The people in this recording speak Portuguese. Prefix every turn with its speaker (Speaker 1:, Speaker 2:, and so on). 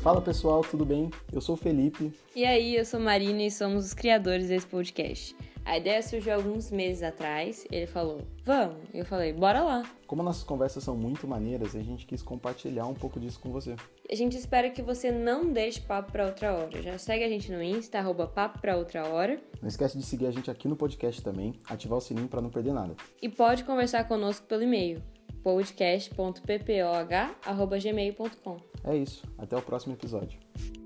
Speaker 1: Fala pessoal, tudo bem? Eu sou o Felipe.
Speaker 2: E aí, eu sou Marina e somos os criadores desse podcast. A ideia surgiu alguns meses atrás, ele falou, vamos, eu falei, bora lá.
Speaker 1: Como nossas conversas são muito maneiras, a gente quis compartilhar um pouco disso com você.
Speaker 2: A gente espera que você não deixe papo pra outra hora. Já segue a gente no Insta, arroba papo pra outra hora.
Speaker 1: Não esquece de seguir a gente aqui no podcast também, ativar o sininho para não perder nada.
Speaker 2: E pode conversar conosco pelo e-mail podcast.ppoh.gmail.com.
Speaker 1: É isso, até o próximo episódio.